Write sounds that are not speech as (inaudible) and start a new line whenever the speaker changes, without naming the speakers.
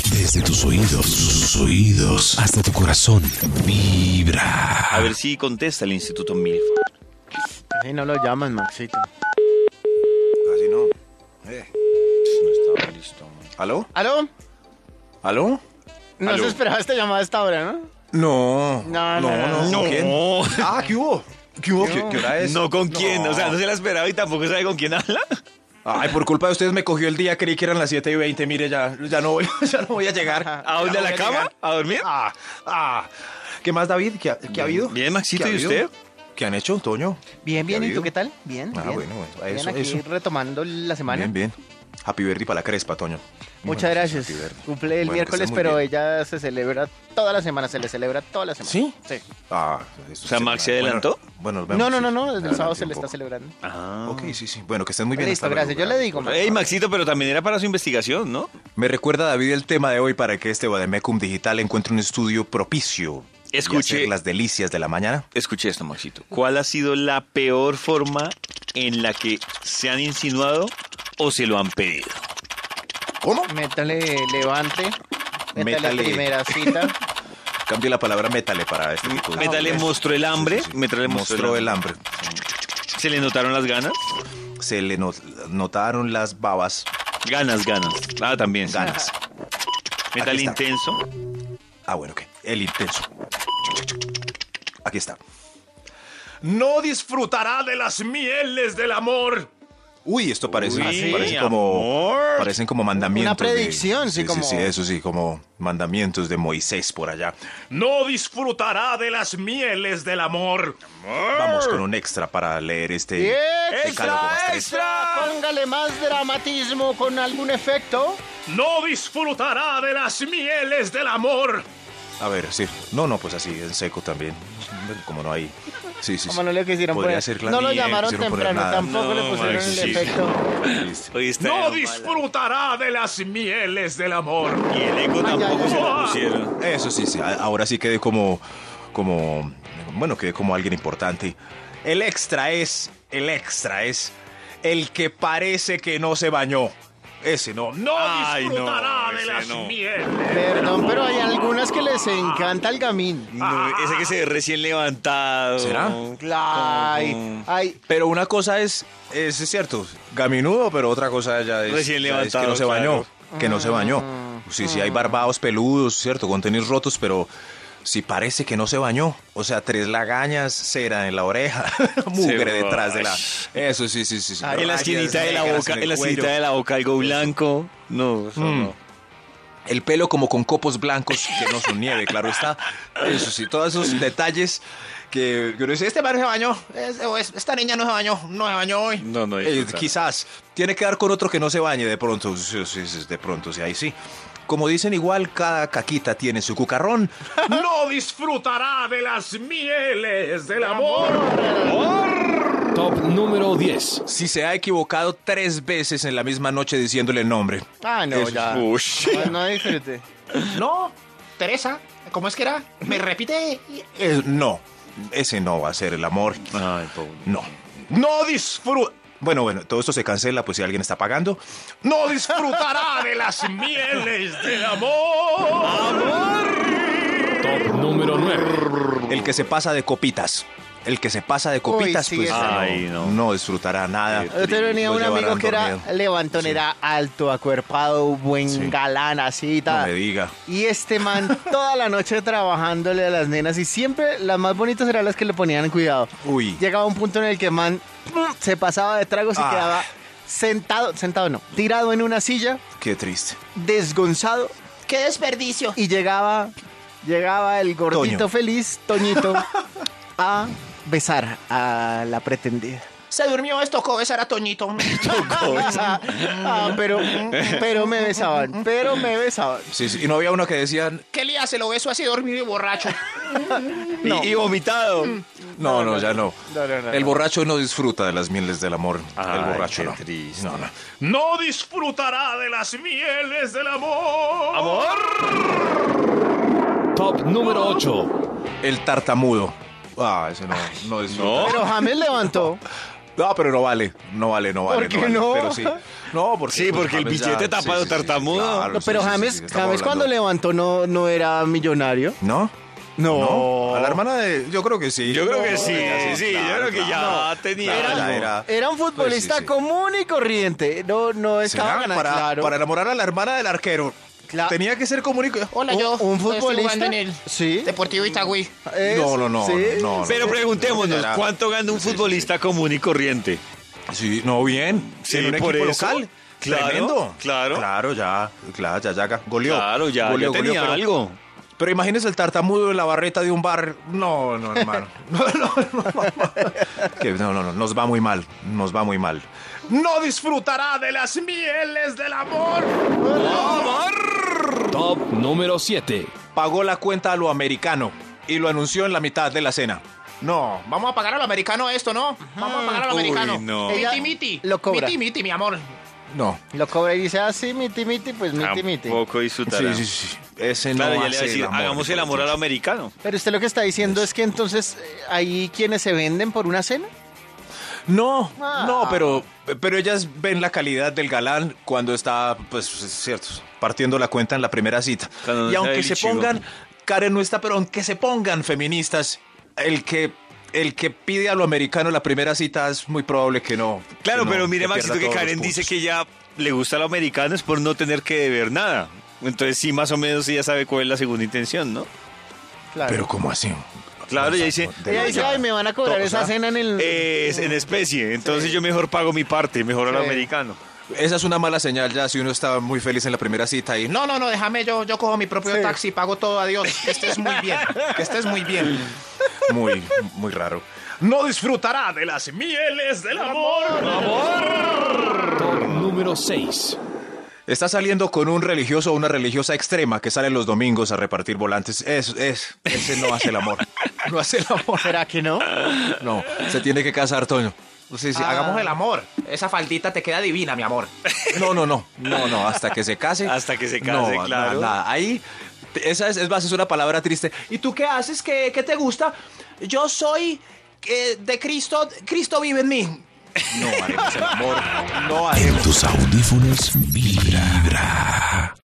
Desde tus oídos, sus oídos, hasta tu corazón, vibra.
A ver si contesta el Instituto Milf.
Así no lo llaman, Maxito.
Así no. Eh.
No estaba listo.
¿Aló?
¿Aló?
¿Aló?
No
Aló.
se esperaba esta llamada a esta hora, ¿no?
No.
No, no,
no.
no.
¿con quién?
No,
Ah, ¿qué hubo? ¿Qué hubo? ¿Qué,
No.
qué hora es?
no con quién. O sea, no se la esperaba y tampoco sabe con quién habla.
Ay, por culpa de ustedes me cogió el día, creí que eran las 7 y 20. Mire, ya, ya, no, voy, (laughs) ya no voy a llegar.
¿A dónde? ¿A la cama? ¿A dormir?
Ah, ah. ¿Qué más, David? ¿Qué ha, qué ha habido?
Bien, Maxito,
¿Qué ha
¿y
habido?
usted?
¿Qué han hecho, Toño?
Bien, bien.
ha
¿Y tú
habido?
qué tal? Bien,
Ah,
bien.
bueno, bueno,
Bien,
eso,
aquí
eso.
retomando la semana.
Bien, bien. Happy Verdi para la crespa, Toño.
Muchas
Bueno,
gracias.
Happy Birthday.
Cumple el
Bueno, que
miércoles,
estés muy
pero
bien.
ella se celebra toda la semana, se le celebra toda la semana.
¿Sí?
Sí.
Ah, esto
O sea,
sí,
Max se
bueno,
adelantó.
Bueno, nos vemos,
No, no,
sí.
no, no, desde el sábado
Adelante
se le
un
está
poco.
celebrando.
Ah.
Ok, sí, sí. Bueno, que estén muy bien.
Listo,
hasta luego,
gracias. Yo le digo,
Hey, Ah. Maxito, pero también era para su investigación, ¿no?
Me recuerda, David, el tema de hoy para que este Bademecum Digital encuentre un estudio propicio. y
Escuche.
hacer las delicias de la mañana.
Escuché esto, Maxito. ¿Cuál ha sido la peor forma en la que se han insinuado o se lo han pedido?
¿Cómo?
Métale levante, métale,
Métale.
primera
(laughs)
cita.
Cambio la palabra métale para este tipo de...
Métale mostró el hambre, métale mostró
mostró
el
el hambre.
¿Se le notaron las ganas?
Se le not- notaron las babas
Ganas, ganas. Ah, también. sí.
ganas.
Metal
Aquí está.
intenso.
Ah, bueno, ok. El intenso. Aquí está. No disfrutará de las mieles del amor. Uy, esto parece,
Uy,
parece como
amor.
parecen como mandamientos.
Una predicción,
de-
sí,
sí,
como-
sí, eso sí, como mandamientos de Moisés por allá. No disfrutará de las mieles del amor. Vamos con un extra para leer este.
Y
este decálogo más triste.
Póngale más dramatismo con algún efecto.
no disfrutará de las mieles del amor.
A ver, sí. No, no, pues así, en seco también. Como no hay. Sí, sí.
Como
sí.
no le quisieron
Podría
poner.
ser la
no lo
miel,
llamaron
quisieron poner
temprano,
nada.
No,
tampoco le pusieron el
Maxito.
efecto.
Hoy está
No
de mala.
disfrutará de las mieles del amor.
Y el eco
Ay,
tampoco
ay,
se lo
ay.
pusieron.
Eso sí, sí. a- Ahora sí quedé como. como. Bueno, quedé como alguien importante. El extra es. El extra es. El que parece que no se bañó. Ese no. No
Ay, no,
disfrutará de
ese
las
no.
mieles.
Perdón, pero hay algunas que les encanta el gamín.
No, ese que se ve recién levantado.
Ah. ¿Será?
Ay, ay,
Pero una cosa es, es cierto, gaminudo, pero otra cosa ya es,
Recién
ya es
levantado,
que no se
claro.
bañó, que no se bañó. Sí, sí, hay barbados peludos, cierto, con tenis rotos, pero si parece que no se bañó, o sea, tres lagañas, cera en la oreja, (laughs) mugre
Sí,
detrás de la...
ay.
Eso sí, sí, sí. sí.
Ay,
En la
Rayas
esquinita de la
negras
boca,
el
en la
cuello.
esquinita de la boca algo blanco. No, eso
Mm.
no.
El pelo como con copos blancos, que no son nieve, claro está. Eso sí, todos esos detalles que que uno dice, este man se bañó, es- o es- esta niña no se bañó, no se bañó hoy.
No, no,
Eh,
disfrutar.
quizás. Tiene que dar con otro que no se bañe de pronto, sí, sí, sí, de pronto, sí, ahí sí. Como dicen igual, cada caquita tiene su cucarrón.
(laughs) No disfrutará de las mieles del amor.
Top número 10.
Si se ha equivocado tres veces en la misma noche diciéndole el nombre.
Ah, no,
Eso
ya.
es-
No, no disfrute.
No, Teresa, ¿cómo es que era? ¿Me repite? Eh, no, ese no va a ser el amor.
Ay, pobre.
No. No disfruta. Bueno, bueno, todo esto se cancela, pues si alguien está pagando. No (laughs) disfrutará de las mieles del amor.
Top número 9.
El que se pasa de copitas. El que se pasa de copitas,
sí,
pues
ese
no,
Ay, no.
no disfrutará nada.
Yo tenía
Lo
un amigo
llevarán
que era
dormido.
levantón, era alto, acuerpado, buen
Sí.
galán, así
No
tal.
me diga.
Y este man toda la noche trabajándole a las nenas y siempre las más bonitas eran las que le ponían cuidado.
Uy.
Llegaba un punto en el que el man pum, se pasaba de tragos y
Ah.
quedaba sentado, sentado no, tirado en una silla,
Qué triste.
desgonzado. ¡Qué desperdicio! Y llegaba, llegaba el gordito
Toño.
feliz, Toñito, a besar a la pretendida.
Se durmió, esto tocó besar a Toñito.
(laughs) Ah, pero, pero me besaban, pero me besaban.
Sí, sí, Y no había uno que decía,
¿Qué le hace? Lo beso así dormido y borracho.
Y, y vomitado.
Mm. No, no, ya no.
No, no, no,
el
no.
borracho no disfruta de las mieles del amor.
Ay,
el borracho
qué
no.
triste.
No, no.
No disfrutará de las mieles del amor. Amor.
Top número 8.
El tartamudo. Ah, ese no, no disfruta.
Pero James levantó.
No, pero no vale. No vale, no vale.
¿Por qué
vale.
no?
Pero sí. No, porque, pues
Sí, porque el
James
billete tapado tartamudo.
claro,
No,
sí,
pero
sí, sí,
James,
sí, estamos
James cuando
hablando.
levantó no, no era millonario.
¿No?
No.
¿No? A la hermana de... Yo creo que sí.
Yo creo que sí,
Claro,
sí, yo
claro,
creo que
claro.
ya tenía
Claro,
algo.
ya era.
Era un futbolista
Pues sí, sí.
común y corriente. No, no estaba
¿Será?
ganando.
Para,
claro.
para enamorar a la hermana del arquero.
Cla-
Tenía que ser comunico.
Hola,
un,
yo.
un
estoy
futbolista.
jugando en el
Sí.
Deportivo Itagüí.
es-
No, no, no,
sí.
no, no.
Pero preguntémonos,
Era-
¿cuánto gana un
Sí, sí,
futbolista común y corriente?
Sí, no, bien.
Sí,
en un
por
equipo
eso.
local.
Claro,
Tremendo.
claro.
Claro, ya. Claro, ya, ya. Goleó.
Claro, ya, ya
Goleó,
tenía
goleó, pero-
algo.
Pero imagínese el tartamudo en la barreta de un bar. No, no, hermano. (laughs) No, no, no, no. Que no, no, no. Nos va muy mal. Nos va muy mal.
No disfrutará de las mieles del amor.
Top número 7.
Pagó la cuenta a lo americano y lo anunció en la mitad de la cena. No.
Vamos a pagar al americano esto, ¿no? Vamos a pagar al
Uy,
americano.
no.
Ella
Miti, miti.
lo cobra.
Miti, miti, mi amor.
No.
Lo cobra y dice, ah, sí, miti, miti, pues miti, miti.
Tampoco disfrutará.
Sí, sí, sí. Ese
Claro,
no
ya
hace
le iba a decir,
el amor,
hagamos el
hijo de
amor
Dios.
al americano.
Pero usted lo que está diciendo es que entonces eh, hay quienes se venden por una cena.
No,
Ah.
no, pero, pero ellas ven la calidad del galán cuando está, pues, es cierto, partiendo la cuenta en la primera cita.
Cuando no
y
sabe
aunque
el
se
ichigo.
pongan, Karen no está, pero aunque se pongan feministas, el que, el que pide a lo americano la primera cita es muy probable que no.
Claro,
que no,
pero mire,
que
Maxito,
pierda
que
todos los
Karen dice
puntos.
que ya le gusta lo americano es por no tener que deber nada. Entonces sí, más o menos ella sabe cuál es la segunda intención, ¿no?
Claro.
Pero ¿cómo así?
Claro, ella dice,
de
Ella
la-
dice, ay, me van a cobrar
Todo, o
esa
sea, eh,
cena en el...
Es en especie, entonces yo mejor pago mi parte, mejor al
Sí.
americano.
Esa es una mala señal ya si uno está muy feliz en la primera cita y no,
No, no, no, déjame yo. Yo cojo mi propio
Sí.
taxi, pago todo, adiós. Que estés muy
(laughs)
bien. Que estés muy bien.
muy, muy raro.
No disfrutará de las mieles del amor.
Top número 6.
Está saliendo con un religioso o una religiosa extrema que sale los domingos a repartir volantes. Es, es, ese no hace el amor. (laughs) No hace el amor.
¿Será que no?
No, se tiene que casar, Toño. Ah. Sí, sí, hagamos
Ah.
el amor.
Esa faldita te queda divina, mi amor.
No, no, no. No, no, hasta que se case.
(laughs) Hasta que se case,
no,
claro.
Nada, nada. Ahí, esa es, es más, es una palabra triste.
¿Y tú qué haces? ¿Qué, qué te gusta? Yo soy eh, de Cristo. Cristo vive en mí.
No haremos el amor. No haremos.
En tus audífonos vibra.